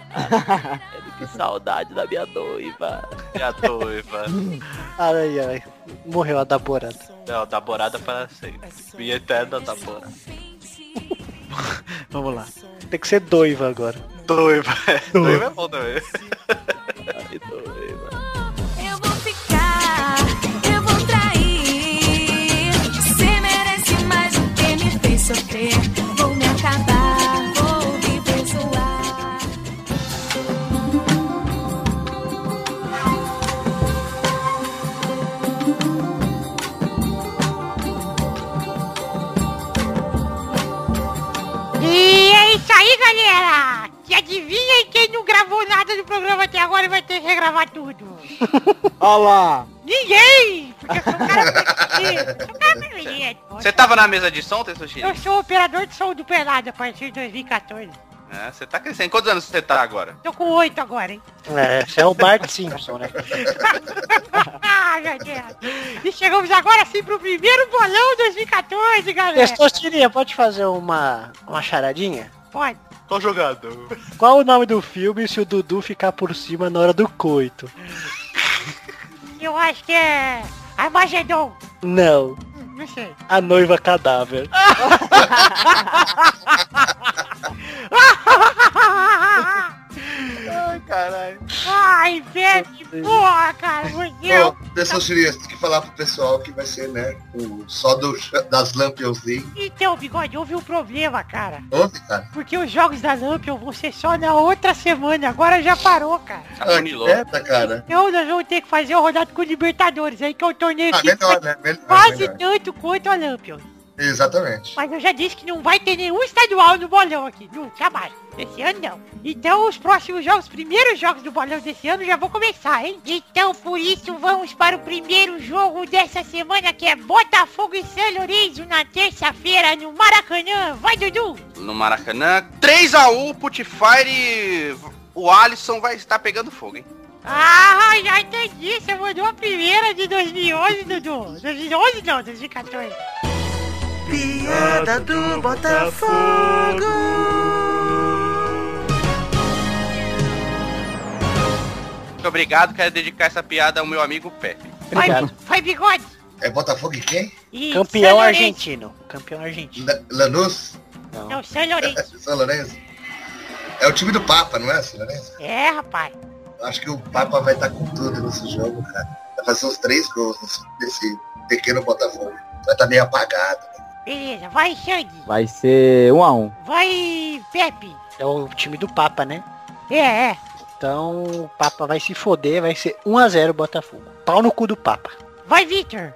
Speaker 4: Que saudade da minha noiva.
Speaker 9: Já tô, Ivan.
Speaker 3: Ai, ai. Morreu a da Borada.
Speaker 9: Não, taborada para sempre. Minha eterna taborada.
Speaker 4: Vamos lá.
Speaker 3: Tem que ser doiva agora.
Speaker 9: Doiva. Doiva é bom também.
Speaker 11: Eu vou ficar, eu vou trair. Você merece mais do que me fez sofrer. Vou me acabar, vou me perdoar.
Speaker 12: E é isso aí, galera! Que adivinha quem não gravou nada do programa até agora e vai ter que regravar tudo?
Speaker 5: Olha lá.
Speaker 12: Ninguém! Porque eu sou um cara perfeito, sou um cara
Speaker 4: É.
Speaker 12: perfeito.
Speaker 9: Você tava na mesa de som, Tessuchiri?
Speaker 12: Eu sou operador de som do Pelado a partir de 2014.
Speaker 9: É, você tá crescendo. Quantos anos você tá agora?
Speaker 12: Tô com oito agora, hein?
Speaker 3: É, esse é o Bart Simpson, né?
Speaker 12: Ah, meu Deus! E chegamos agora sim pro primeiro bolão 2014, galera!
Speaker 3: é Testostirinha, pode fazer uma, uma charadinha?
Speaker 12: Pode!
Speaker 9: Tô jogando.
Speaker 3: Qual o nome do filme se o Dudu ficar por cima na hora do coito?
Speaker 12: Eu acho que é... Armagedon!
Speaker 3: Não.
Speaker 12: Hum, Não sei. (laughs)
Speaker 3: A noiva cadáver.
Speaker 12: Ah,
Speaker 4: Ai, caralho.
Speaker 12: Ai, velho, que porra, cara! Você é um
Speaker 2: Ô, pessoal, Siria, tem que falar pro pessoal que vai ser, né, o, só do, das Lampions League.
Speaker 12: Então, Bigode, houve um problema, cara.
Speaker 2: Ontem, cara.
Speaker 12: Porque os jogos da Lampion vão ser só na outra semana. Agora já parou, cara.
Speaker 9: Tá
Speaker 2: Ah, que
Speaker 9: funilou.
Speaker 2: merda, cara.
Speaker 12: Então nós vamos ter que fazer o rodado com o Libertadores. Aí que é um torneio
Speaker 2: Ah,
Speaker 12: que
Speaker 2: melhor, né? Melhor,
Speaker 12: quase
Speaker 2: melhor.
Speaker 12: tanto quanto a Lampion.
Speaker 2: Exatamente.
Speaker 12: Mas eu já disse que não vai ter nenhum estadual no bolão aqui. Nunca mais. Esse ano não. Então os próximos jogos, os primeiros jogos do bolão desse ano já vão começar, hein? Então por isso vamos para o primeiro jogo dessa semana que é Botafogo e São Lourenço na terça-feira no Maracanã. Vai, Dudu!
Speaker 9: No Maracanã. 3x1, Putifire o Alisson vai estar pegando fogo, hein?
Speaker 12: Ah, já entendi. Você mandou a primeira de 2011, Dudu. 2011 não, 2014.
Speaker 8: Piada do Botafogo.
Speaker 9: Muito obrigado, quero dedicar essa piada ao meu amigo Pepe.
Speaker 12: Vai, vai bigode.
Speaker 2: É Botafogo e quem?
Speaker 12: E
Speaker 3: Campeão
Speaker 12: São Lourenço.
Speaker 3: argentino. Campeão argentino.
Speaker 2: La- Lanús? (laughs)
Speaker 12: Não, São Lourenço.
Speaker 2: São Lourenço? É o time do Papa, não é, São Lourenço?
Speaker 12: É, rapaz.
Speaker 2: Acho que o Papa vai estar com tudo nesse jogo, cara. Vai fazer uns três gols nesse, nesse pequeno Botafogo. Vai estar meio apagado.
Speaker 12: Beleza, vai Xande.
Speaker 5: Vai ser um a um.
Speaker 12: Vai Pepe.
Speaker 3: É o time do Papa, né?
Speaker 12: É, é.
Speaker 3: Então o Papa vai se foder, vai ser 1x0 Botafogo. Pau no cu do Papa.
Speaker 12: Vai Victor.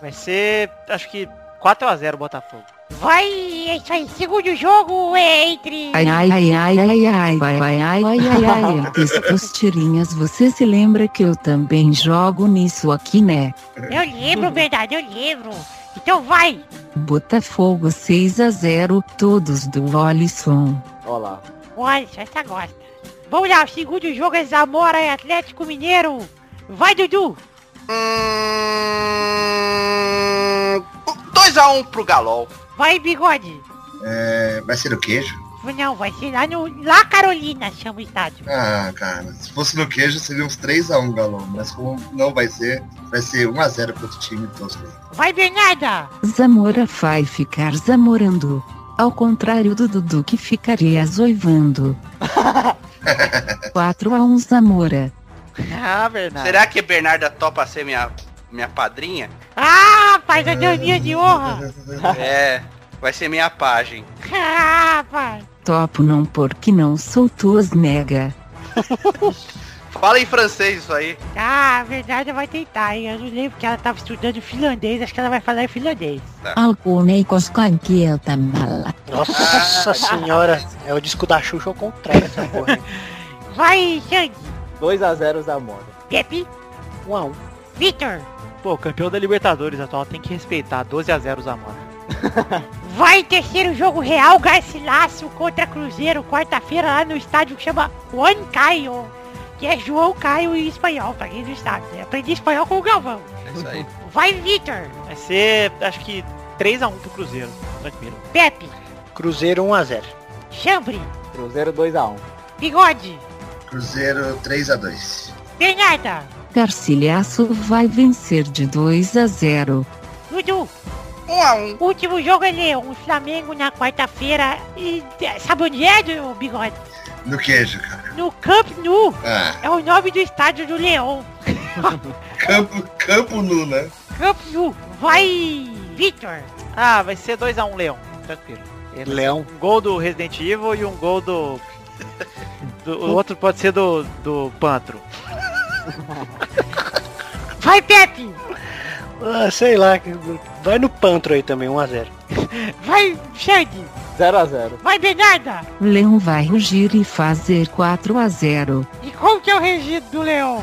Speaker 4: Vai ser, acho que 4x0 Botafogo.
Speaker 12: Vai, é isso aí. Segundo jogo é entre...
Speaker 1: Ai, ai, ai, ai, ai, ai, ai, ai, ai, ai, ai, ai. Antes dos tirinhas, você se lembra que eu também jogo nisso aqui, né?
Speaker 12: Eu lembro, verdade, eu lembro. Então vai.
Speaker 1: Botafogo 6 a 0 todos do Olisson.
Speaker 5: Olha lá.
Speaker 12: Olha, só essa gosta. Vamos lá, o segundo jogo é Zamora e Atlético Mineiro. Vai, Dudu.
Speaker 9: Hum, 2x1 pro Galol.
Speaker 12: Vai, Bigode.
Speaker 2: É, vai ser no queijo?
Speaker 12: Não, vai ser lá no... Lá Carolina chama o estádio.
Speaker 2: Ah, cara, se fosse no queijo seria uns 3x1, Galão. Mas como não vai ser, vai ser 1x0 pro outro time tosco.
Speaker 12: Vai, Bernarda.
Speaker 1: Zamora vai ficar zamorando. Ao contrário do Dudu que ficaria zoivando. 4 a 1 Zamora.
Speaker 3: Ah, Bernardo.
Speaker 9: Será que Bernarda topa ser minha, minha padrinha?
Speaker 12: Ah, rapaz, a deusinha de honra. (laughs)
Speaker 9: é, vai ser minha pajem.
Speaker 12: Ah, rapaz.
Speaker 1: Topo não porque não sou tuas nega.
Speaker 9: Fala em francês isso aí.
Speaker 12: Ah, a verdade vai tentar, hein? Eu não lembro que ela tava estudando finlandês, acho que ela vai falar em finlandês.
Speaker 1: Alcunei coscanquieta é mala.
Speaker 4: Ah.
Speaker 3: Nossa senhora, é o disco da Xuxa ao contrário essa porra.
Speaker 4: (laughs)
Speaker 12: Vai, Xande,
Speaker 5: 2x0 Zamora.
Speaker 12: Pepe,
Speaker 3: 1x1.
Speaker 12: Victor,
Speaker 4: Um Pô, o campeão da Libertadores atual tem que respeitar 12x0 Zamora.
Speaker 12: vai terceiro jogo real, Garcilasso contra Cruzeiro, quarta-feira lá no estádio que chama Juan Caio, que é João Caio em espanhol, pra quem não sabe, né? Aprendi espanhol com o Galvão.
Speaker 9: É isso aí.
Speaker 12: Vai, Victor,
Speaker 4: Vai ser, acho que 3x1 pro Cruzeiro. um. Tranquilo.
Speaker 12: Pepe,
Speaker 3: Cruzeiro 1x0.
Speaker 12: Chambre,
Speaker 5: Cruzeiro 2x1.
Speaker 12: Bigode,
Speaker 2: (laughs) Cruzeiro 3x2.
Speaker 12: Bernarda,
Speaker 1: Garcilhaço vai vencer de 2 a 0.
Speaker 12: Dudu.
Speaker 9: 1x1.
Speaker 12: Último jogo é Leão, Flamengo na quarta-feira e sabe onde é, do Bigode?
Speaker 2: No queijo, cara.
Speaker 12: No Camp Nou.
Speaker 2: Ah,
Speaker 12: É o nome do estádio do Leão.
Speaker 2: campo, campo nu, né?
Speaker 12: Camp Nou. Vai, Victor.
Speaker 4: Ah, vai ser 2x1 Leão. Tranquilo.
Speaker 3: Leão.
Speaker 4: Um gol do Resident Evil e um gol do... do- o outro pode ser do, do Pantro.
Speaker 12: Vai, Pepe.
Speaker 3: Ah, sei lá. que- Vai no Pantro aí também, 1x0.
Speaker 12: Vai, Xande.
Speaker 5: 0x0.
Speaker 12: Vai, Bernarda.
Speaker 1: Leão vai rugir e fazer 4 a 0.
Speaker 12: E como que é o regido do Leão?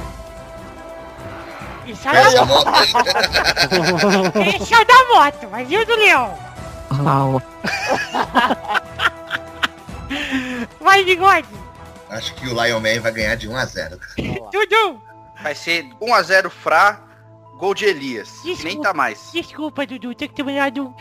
Speaker 12: Esse é o
Speaker 2: Essa
Speaker 12: da,
Speaker 2: moto aí.
Speaker 12: esse é o da moto, mas e o do Leão?
Speaker 1: Uau.
Speaker 12: Vai, Bigode.
Speaker 2: Acho que o Lion Man vai ganhar de 1x0, cara.
Speaker 12: Dudu.
Speaker 9: Vai ser 1x0 Frá, gol de Elias. que
Speaker 12: Desculpa.
Speaker 9: Nem tá mais.
Speaker 12: Desculpa, Dudu, tem que ter melhorado um...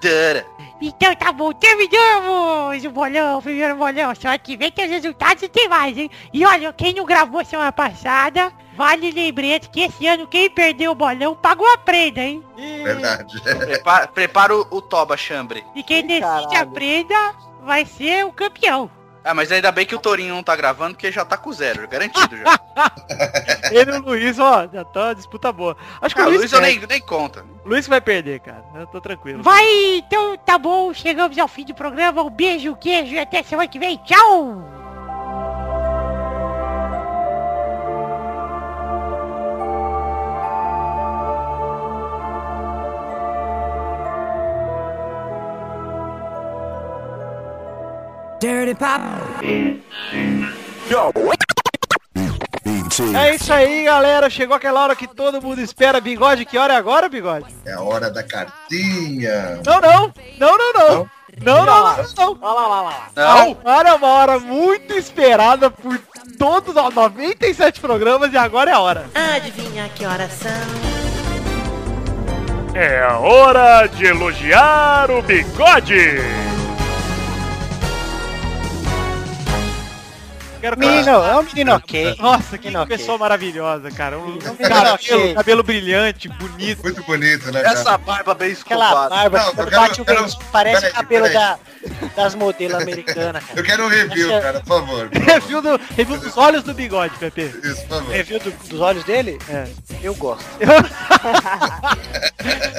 Speaker 9: Dara.
Speaker 12: Então tá bom, terminamos o bolão, o primeiro bolão. Só que vem tem os resultados e tem mais, hein? E olha, quem não gravou semana passada, vale lembrete que esse ano quem perdeu o bolão pagou a prenda, hein?
Speaker 2: Verdade.
Speaker 9: Prepara, prepara o, o Toba Chambre.
Speaker 12: E quem
Speaker 5: Ih,
Speaker 12: decide a
Speaker 5: caralho.
Speaker 12: prenda vai ser o campeão.
Speaker 9: Ah, mas ainda bem que o Torinho não tá gravando, porque já tá com zero, garantido
Speaker 3: (laughs)
Speaker 9: já. Ah,
Speaker 4: Ele e o Luiz, ó, já tá uma disputa boa. Acho que
Speaker 9: Ah,
Speaker 4: o Luiz,
Speaker 9: Luiz eu
Speaker 4: perde.
Speaker 3: é.
Speaker 9: nem, nem conta.
Speaker 4: Luiz que vai perder, cara. Eu tô tranquilo.
Speaker 12: Vai, então tá bom, chegamos ao fim do programa. Um beijo, queijo e até semana que vem. Tchau!
Speaker 8: Dirty Pop.
Speaker 4: É isso aí, galera. Chegou aquela hora que todo mundo espera. Bigode, que hora é agora, Bigode?
Speaker 2: É a hora da cartinha.
Speaker 4: Não, não. Não, não, não. Não, não, não, não.
Speaker 3: Olha lá, olha lá, olha lá.
Speaker 4: Agora é uma hora muito esperada por todos os 97 programas e agora é a hora.
Speaker 8: Adivinha que horas são?
Speaker 10: É a hora de elogiar o bigode.
Speaker 4: Quero
Speaker 3: Menino, é um menino ok.
Speaker 4: Nossa, que
Speaker 3: Menino ok.
Speaker 4: pessoa maravilhosa, cara. Um
Speaker 3: menino
Speaker 4: cabelo,
Speaker 3: ok.
Speaker 4: cabelo brilhante, bonito. (laughs)
Speaker 2: Muito bonito, né,
Speaker 9: Essa barba bem
Speaker 3: Aquela
Speaker 9: escovada.
Speaker 3: barba,
Speaker 2: Não,
Speaker 3: que quando
Speaker 2: eu quero-
Speaker 3: bate o
Speaker 2: eu quero-
Speaker 3: ventinho, parece
Speaker 2: peraí,
Speaker 3: cabelo
Speaker 2: peraí.
Speaker 3: da- das modelos americanas, cara.
Speaker 2: Eu quero um review,
Speaker 3: Essa-
Speaker 2: cara, por favor. por favor.
Speaker 4: Review, do, review dos olhos do bigode, Pepe.
Speaker 2: Isso, por favor.
Speaker 3: Review do- dos olhos dele?
Speaker 4: É.
Speaker 3: Eu gosto.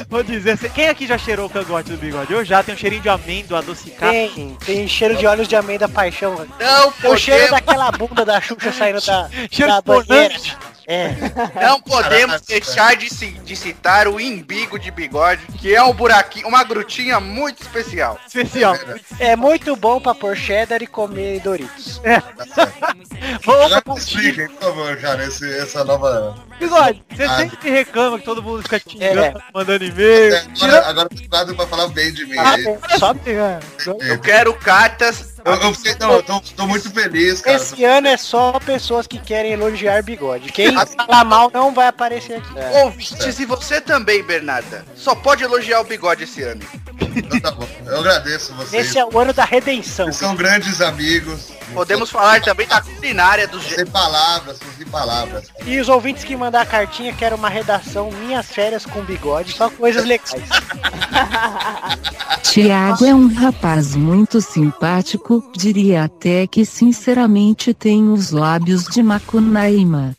Speaker 4: Vou dizer, cê- quem aqui já cheirou o cangote do bigode? Eu já, tem um cheirinho de amêndoa adocicado.
Speaker 3: Tem, tem cheiro de olhos de amêndoa paixão.
Speaker 9: Não
Speaker 3: O cheiro
Speaker 9: podemos,
Speaker 3: daquela bunda da Xuxa saindo da,
Speaker 4: (laughs) Cheiro
Speaker 3: da
Speaker 4: de bonança.
Speaker 3: banheira. É,
Speaker 9: não podemos
Speaker 2: Caraca,
Speaker 9: deixar de, ci- de citar o imbigo de bigode, que é um buraquinho, uma grutinha muito especial.
Speaker 4: Especial.
Speaker 3: é muito bom pra pôr cheddar e comer Doritos.
Speaker 4: É,
Speaker 2: Tá certo.
Speaker 4: Vamos
Speaker 2: Agora
Speaker 4: pro
Speaker 2: explica, por favor, cara, esse- essa nova...
Speaker 4: bigode. Você
Speaker 2: Ah.
Speaker 4: sempre reclama que todo mundo fica te
Speaker 3: É.
Speaker 4: xingando, mandando e-mail.
Speaker 2: Agora, agora eu tô quadro pra falar bem de mim.
Speaker 3: Ah,
Speaker 2: hein?
Speaker 3: Tá Só
Speaker 9: Eu quero cartas.
Speaker 2: Eu, eu fiquei- não, eu tô, tô muito feliz, cara.
Speaker 3: esse ano é só pessoas que querem elogiar
Speaker 2: (laughs)
Speaker 3: bigode. Quem falar mal não vai aparecer aqui.
Speaker 2: É.
Speaker 9: Ouvintes, e você também, Bernarda. Só pode elogiar o bigode esse ano.
Speaker 2: Então tá bom. Eu agradeço vocês.
Speaker 3: Esse é o ano da redenção.
Speaker 2: Vocês são grandes amigos.
Speaker 9: Podemos falar também da culinária dos
Speaker 2: Sem palavras, sem palavras.
Speaker 3: E os ouvintes que mandar cartinha querem uma redação Minhas Férias com Bigode, só coisas legais.
Speaker 1: Tiago é um rapaz muito simpático, diria até que sinceramente tem os lábios de Macunaíma.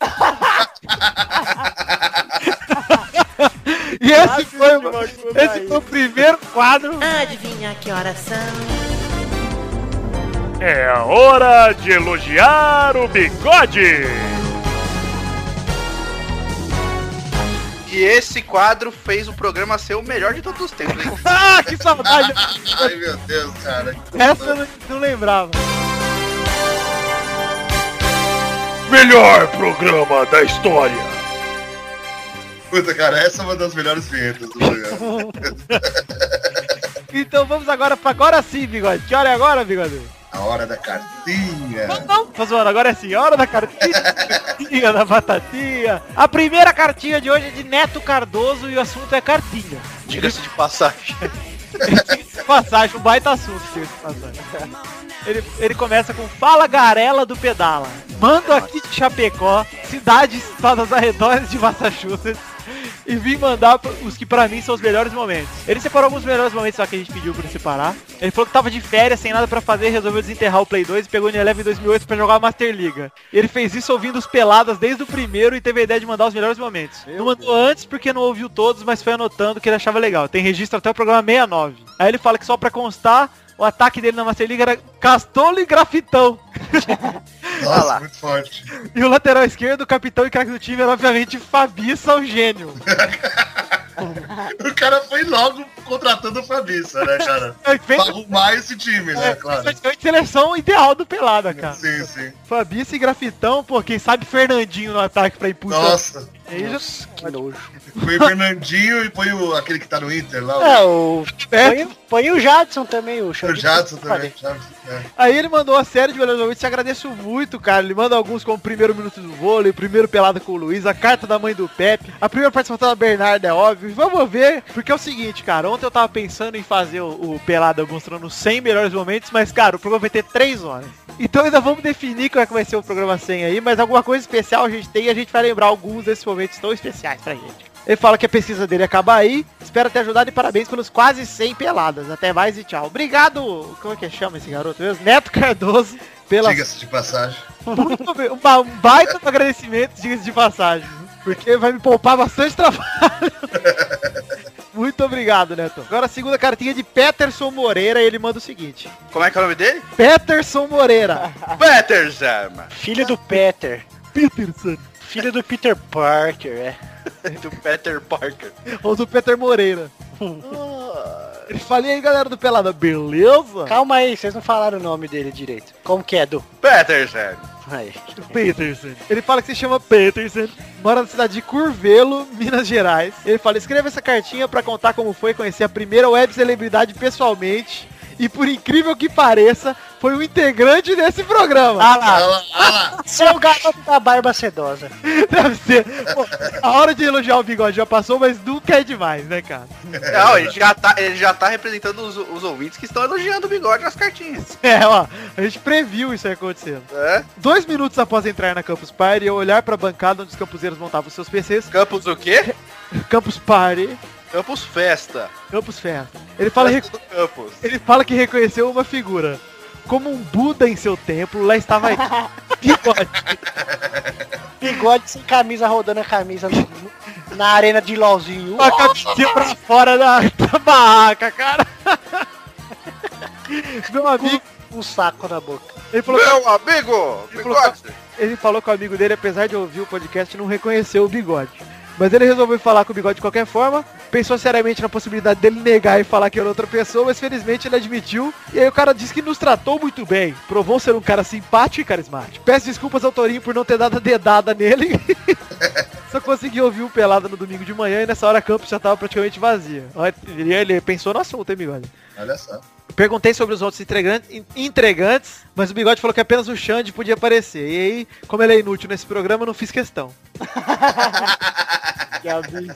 Speaker 4: E esse foi, o- esse foi o primeiro quadro.
Speaker 8: Adivinha que horas são?
Speaker 10: É a hora de elogiar o bigode.
Speaker 9: E esse quadro fez o programa ser o melhor de todos os tempos. hein?
Speaker 4: Ah, que saudade.
Speaker 2: Ai meu Deus, cara.
Speaker 4: Essa eu não, não lembrava.
Speaker 10: Melhor programa da história.
Speaker 2: Puta, cara, essa é uma das melhores vinhetas do programa.
Speaker 4: Então vamos agora pra agora sim, bigode. Que hora é agora, bigode?
Speaker 2: A hora da cartinha.
Speaker 4: Não, tô zoando. Agora é sim, a hora da cartinha, cartinha da batatinha. A primeira cartinha de hoje é de Neto Cardoso e o assunto é cartinha.
Speaker 9: (laughs) Diga-se de passagem.
Speaker 4: Passagem, um baita assunto que esse passagem. Ele, ele começa com Fala Garela do Pedala. Mando aqui de Chapecó, cidade e estado aos arredores de Massachusetts. E vim mandar pro- os que pra mim são os melhores momentos. Ele separou alguns melhores momentos só que a gente pediu pra ele separar. Ele falou que tava de férias, sem nada pra fazer, resolveu desenterrar o Play 2 e pegou o Eleven em 2008 pra jogar a Master Liga. Ele fez isso ouvindo os peladas desde o primeiro e teve a ideia de mandar os melhores momentos. não mandou antes porque não ouviu todos, mas foi anotando que ele achava legal. Tem registro até o programa 69. Aí ele fala que só pra constar, o ataque dele na Master League era Castolo e Grafitão.
Speaker 2: Nossa,
Speaker 9: lá.
Speaker 2: muito forte.
Speaker 4: E o lateral esquerdo, o capitão e craque do time era, obviamente, Fabiça, o gênio.
Speaker 2: O cara foi logo contratando o Fabiça, né, cara?
Speaker 4: Ele Fez
Speaker 2: Pra arrumar esse time,
Speaker 4: é,
Speaker 2: né, claro.
Speaker 4: praticamente a seleção ideal do Pelada, cara.
Speaker 2: Sim, sim.
Speaker 4: Fabiça e Grafitão, pô, quem sabe Fernandinho no ataque pra impulsar.
Speaker 2: Nossa.
Speaker 4: Aí já
Speaker 3: que nojo.
Speaker 2: Foi o Fernandinho e foi o, aquele que tá no Inter lá, o
Speaker 3: É, o... Põe, põe o Jadson também, o
Speaker 2: O
Speaker 3: Xandinho.
Speaker 2: Jadson também. Jadson, é.
Speaker 4: Aí ele mandou a série de melhores momentos, te agradeço muito, cara. Ele manda alguns como o primeiro minuto do vôlei, o primeiro pelado com o Luiz, a carta da mãe do Pepe, a primeira participação da Bernarda, é óbvio. Vamos ver, porque é o seguinte, cara, ontem eu tava pensando em fazer o, o pelado mostrando os 100 melhores momentos, mas, cara, o programa vai ter 3 horas. Então ainda vamos definir como é que vai ser o programa 100 aí, mas alguma coisa especial a gente tem e a gente vai lembrar alguns desses momentos tão especiais pra gente. Ele fala que a pesquisa dele acaba aí. Espero ter ajudado e parabéns pelos quase 100 peladas. Até mais e tchau. Obrigado. Como é que chama esse garoto mesmo? Neto Cardoso. Pela
Speaker 2: Diga-se de passagem.
Speaker 4: (laughs) muito obri- um ba- um baita do agradecimento, diga-se de passagem. Porque vai me poupar bastante trabalho. (laughs) Muito obrigado, Neto. Agora a segunda cartinha é de Peterson Moreira e ele manda o seguinte.
Speaker 9: Como é que é o nome dele?
Speaker 4: Peterson Moreira.
Speaker 2: Ah.
Speaker 9: Peterzama.
Speaker 3: Filho do Peter.
Speaker 4: Peterson.
Speaker 3: Filho do Peter Parker, é.
Speaker 9: (laughs) Do Peter Parker.
Speaker 4: Ou do Peter Moreira. Ele fala, "E aí, galera do Pelada, beleza?
Speaker 3: Calma aí, vocês não falaram o nome dele direito. Como que é, do?
Speaker 9: Peterzama.
Speaker 3: Aí.
Speaker 4: Peterson. Ele fala que se chama Peterson, mora na cidade de Curvelo, Minas Gerais. Ele fala, escreva essa cartinha pra contar como foi conhecer a primeira web celebridade pessoalmente e por incrível que pareça, foi um integrante desse programa. (laughs)
Speaker 3: Ah lá. Ah lá, Seu garoto da barba sedosa.
Speaker 4: Deve ser. Pô, a hora de elogiar o bigode já passou, mas nunca é demais, né, cara? (laughs)
Speaker 9: Não, ele já tá, ele já tá representando os, os ouvintes que estão elogiando o bigode nas cartinhas. É?
Speaker 4: É, ó, a gente previu isso aí acontecendo. Dois minutos após entrar na Campus Party, eu olhar pra bancada onde os campuseiros montavam seus PCs.
Speaker 9: Campus o quê?
Speaker 4: Campus Party.
Speaker 9: Campus Festa.
Speaker 4: Campus Festa. Ele fala,
Speaker 9: Festa do Campus.
Speaker 4: ele fala que reconheceu uma figura. Como um Buda em seu templo, lá estava ele. Bigode.
Speaker 3: Bigode sem camisa rodando a camisa no- na arena de LOLzinho.
Speaker 4: com a camisinha pra fora da, da barraca, cara. Meu amigo.
Speaker 3: Um saco na boca.
Speaker 4: Ele falou
Speaker 9: Meu amigo,
Speaker 4: Ele falou,
Speaker 9: bigode.
Speaker 2: tá-
Speaker 4: ele falou com o amigo dele, apesar de ouvir o podcast, não reconheceu o bigode. Mas ele resolveu falar com o bigode de qualquer forma, pensou seriamente na possibilidade dele negar e falar que era outra pessoa, mas felizmente ele admitiu. E aí o cara disse que nos tratou muito bem, provou ser um cara simpático e carismático. Peço desculpas ao Torinho por não ter dado a dedada nele. (laughs) Só consegui ouvir o Pelada no domingo de manhã e nessa hora a campus já tava praticamente vazia. Olha, Ele ele pensou no assunto, hein, bigode?
Speaker 2: Olha só. tá
Speaker 4: Perguntei sobre os outros entregan- in- entregantes, mas o Bigode falou que apenas o Xande podia aparecer. E aí, como ele é inútil nesse programa, eu não fiz questão. (laughs)
Speaker 3: Que absurdo.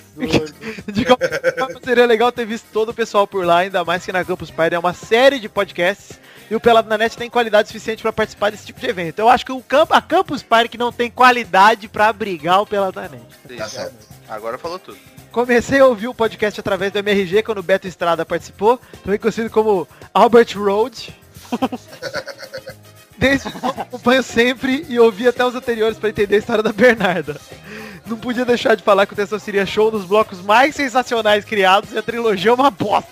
Speaker 4: De qualquer forma, seria legal ter visto todo o pessoal por lá, ainda mais que na Campus Party é uma série de podcasts e o Pelado na Net tem qualidade suficiente pra participar desse tipo de evento. Eu acho que o camp a Campus Party que não tem qualidade pra brigar o Pelado na Net.
Speaker 9: Tá certo. Agora falou tudo.
Speaker 4: Comecei a ouvir o podcast através do MRG quando o Beto Estrada participou, também conhecido como Albert Road. Desde então, acompanho sempre e ouvi até os anteriores para entender a história da Bernarda. Não podia deixar de falar que o Tessão seria show nos blocos mais sensacionais criados e a trilogia é uma bosta.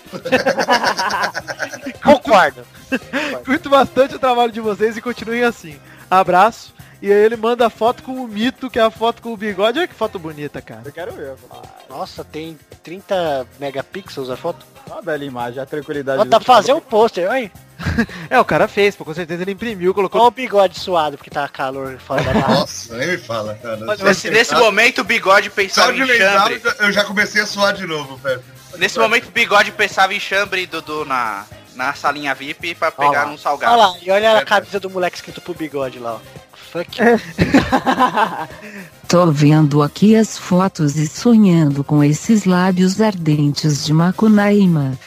Speaker 4: Concordo. (laughs) Curto bastante o trabalho de vocês e continuem assim. Abraço. E aí ele manda a foto com o mito, que é a foto com o bigode. Olha que foto bonita, cara.
Speaker 5: Eu quero ver.
Speaker 3: Nossa, tem 30 megapixels a foto?
Speaker 5: Uma bela imagem, a
Speaker 4: Tá
Speaker 5: tranquilidade.
Speaker 3: Ó, Dá pra fazer um pôster, olha aí.
Speaker 4: É, o cara fez, pô, com certeza ele imprimiu, colocou.
Speaker 3: Olha o bigode suado, porque tá calor fora da barra.
Speaker 2: Nossa, nem me fala, cara. Tá
Speaker 9: Olha, nesse, nesse momento o bigode pensava
Speaker 2: Só
Speaker 9: em
Speaker 2: de lembrar,
Speaker 9: chambre.
Speaker 2: eu já- eu já comecei a suar de novo, velho.
Speaker 9: Nesse momento o bigode pensava em chambre Dudu na, na salinha VIP pra
Speaker 3: Olha
Speaker 9: pegar
Speaker 3: lá.
Speaker 9: num salgado.
Speaker 3: Olha lá, e olha a camisa do moleque escrito pro bigode lá, ó. Fuck.
Speaker 4: É.
Speaker 1: Tô vendo aqui as fotos e sonhando com esses lábios ardentes de Macunaíma.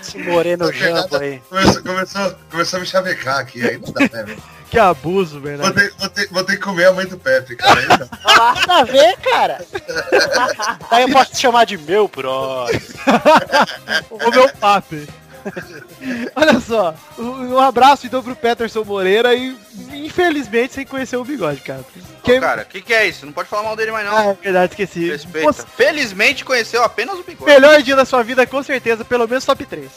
Speaker 3: Esse moreno jambo aí.
Speaker 2: Começou, começou, começou a me chavecar aqui, aí não dá, né,
Speaker 9: (laughs)
Speaker 2: velho?
Speaker 4: Que abuso, velho.
Speaker 2: Vou ter, vou, ter, vou ter que comer a mãe do Pepe, cara. aí não.
Speaker 3: Nada tá a ver, cara. Daí eu posso te chamar de meu brother.
Speaker 4: o meu papo. Olha só, um um abraço então pro Peterson Moreira e infelizmente sem conhecer o bigode, cara. Quem...
Speaker 9: Cara, o que, que é isso? Não pode falar mal dele mais não.
Speaker 4: Ah, é verdade, esqueci.
Speaker 9: Respeita.
Speaker 4: Nossa,
Speaker 9: Felizmente conheceu apenas o bigode.
Speaker 4: melhor dia da sua vida, com certeza, pelo menos top 3.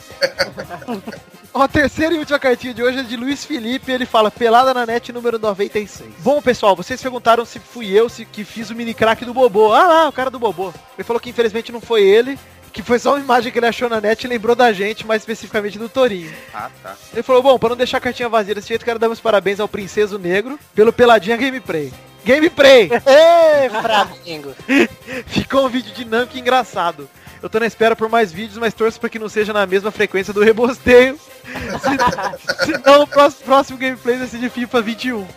Speaker 4: Ó, a terceira e última cartinha de hoje é de Luiz Felipe, ele fala Pelada na Net número 96. Bom, pessoal, vocês perguntaram se fui eu se, que fiz o mini crack do Bobô. Ah lá, o cara do Bobô. Ele falou que infelizmente não foi ele, que foi só uma imagem que ele achou na net e lembrou da gente, mais especificamente do Torinho.
Speaker 9: Ah, tá.
Speaker 4: Ele falou, bom, para não deixar a cartinha vazia desse jeito, quero dar meus parabéns ao Princeso Negro pelo Peladinha Gameplay. Gameplay!
Speaker 3: Ê, Flamengo.
Speaker 4: Ficou um vídeo dinâmico e engraçado. Eu tô na espera por mais vídeos, mas torço pra que não seja na mesma frequência do rebosteio. Se- Senão o próximo, próximo gameplay vai ser de FIFA 21.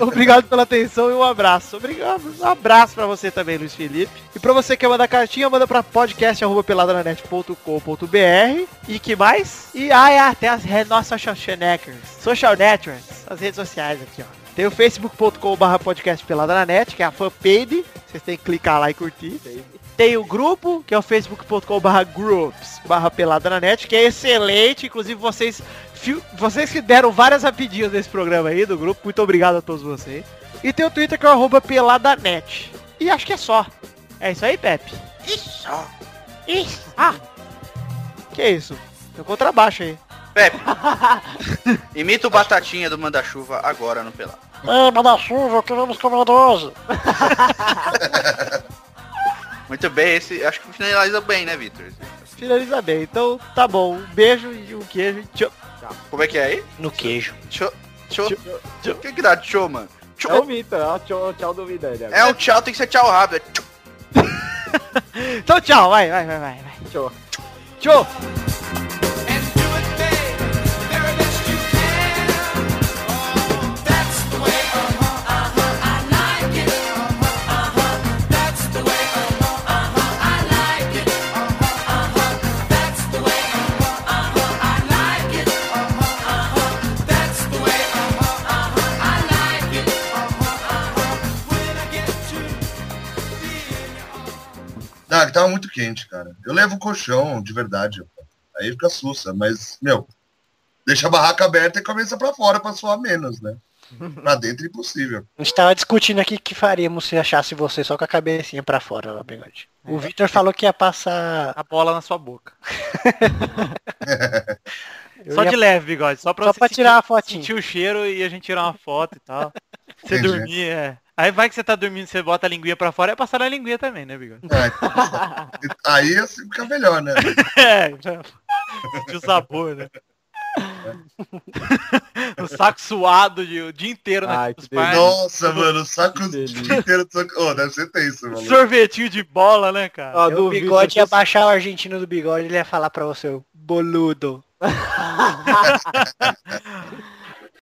Speaker 4: Obrigado pela atenção e um abraço. Obrigado. Um abraço pra você também, Luiz Felipe. E pra você que quer mandar cartinha, manda pra podcast.peladananet.com.br. E que mais? E ah, é, até as redes nossas social networks. Social networks. As redes sociais aqui, ó. Tem o facebook.com.br podcast peladananet, que é a fanpage. Vocês têm que clicar lá e curtir. Tem o grupo, que é o facebook.com.br groups barra peladananet, que é excelente. Inclusive, vocês, fio- vocês que deram várias rapidinhas nesse programa aí do grupo. Muito obrigado a todos vocês. E tem o Twitter, que é o arroba peladanet. E acho que é só. É isso aí, Pepe.
Speaker 13: Isso! Isso! Ah!
Speaker 4: Que isso? Tem um contrabaixo aí.
Speaker 9: Pepe. Imita o batatinha do manda-chuva agora no pelado.
Speaker 3: Ei, manda chuva, queremos comer hoje.
Speaker 9: Muito bem, esse acho que finaliza bem, né, Vitor?
Speaker 4: Finaliza bem. Então, tá bom. Um beijo e um queijo. e Tchau.
Speaker 9: Como é que é aí?
Speaker 3: No queijo.
Speaker 9: Tchô, tchô, tchô. O que que dá tchô, mano? Tchô.
Speaker 5: É o Vitor, é o tchau, tchau né? do Vitor. ele
Speaker 9: É um tchau, tem que ser tchau rápido. é tchô.
Speaker 4: Então, tchau. Vai, vai, vai, vai. vai.
Speaker 5: Tchau.
Speaker 4: Tchau!
Speaker 2: Não, ele tava muito quente, cara. Eu levo o colchão, de verdade. Aí fica sussa, mas, meu, deixa a barraca aberta e começa pra fora pra suar menos, né? Pra dentro é impossível.
Speaker 3: A gente tava discutindo aqui o que faríamos se achasse você só com a cabecinha pra fora lá, bigode.
Speaker 4: É.
Speaker 3: O Victor falou que ia passar.
Speaker 4: A bola na sua boca.
Speaker 3: Eu
Speaker 4: Só
Speaker 3: ia-
Speaker 4: de leve, bigode. Só pra,
Speaker 3: Só
Speaker 4: você
Speaker 3: pra tirar a fotinha.
Speaker 4: sentir o cheiro e a gente tirar uma foto e tal. Você
Speaker 2: Entendi.
Speaker 4: dormir, é. Aí vai que você tá dormindo, você bota a linguinha pra fora, é passar na linguinha também, né, bigode?
Speaker 2: Aí assim fica melhor, né?
Speaker 4: (laughs) é, já- sentir o sabor, né? o saco suado de, o dia
Speaker 2: (laughs)
Speaker 4: inteiro
Speaker 2: Ai,
Speaker 4: na
Speaker 2: que
Speaker 4: dos
Speaker 2: delícia.
Speaker 4: pais.
Speaker 2: Nossa, mano, o saco inteiro do saco. Ô, deve ser tenso, mano.
Speaker 4: Sorvetinho de bola, né, cara?
Speaker 3: Eu, o bigode ia baixar o argentino do bigode, ele ia falar pra você, boludo.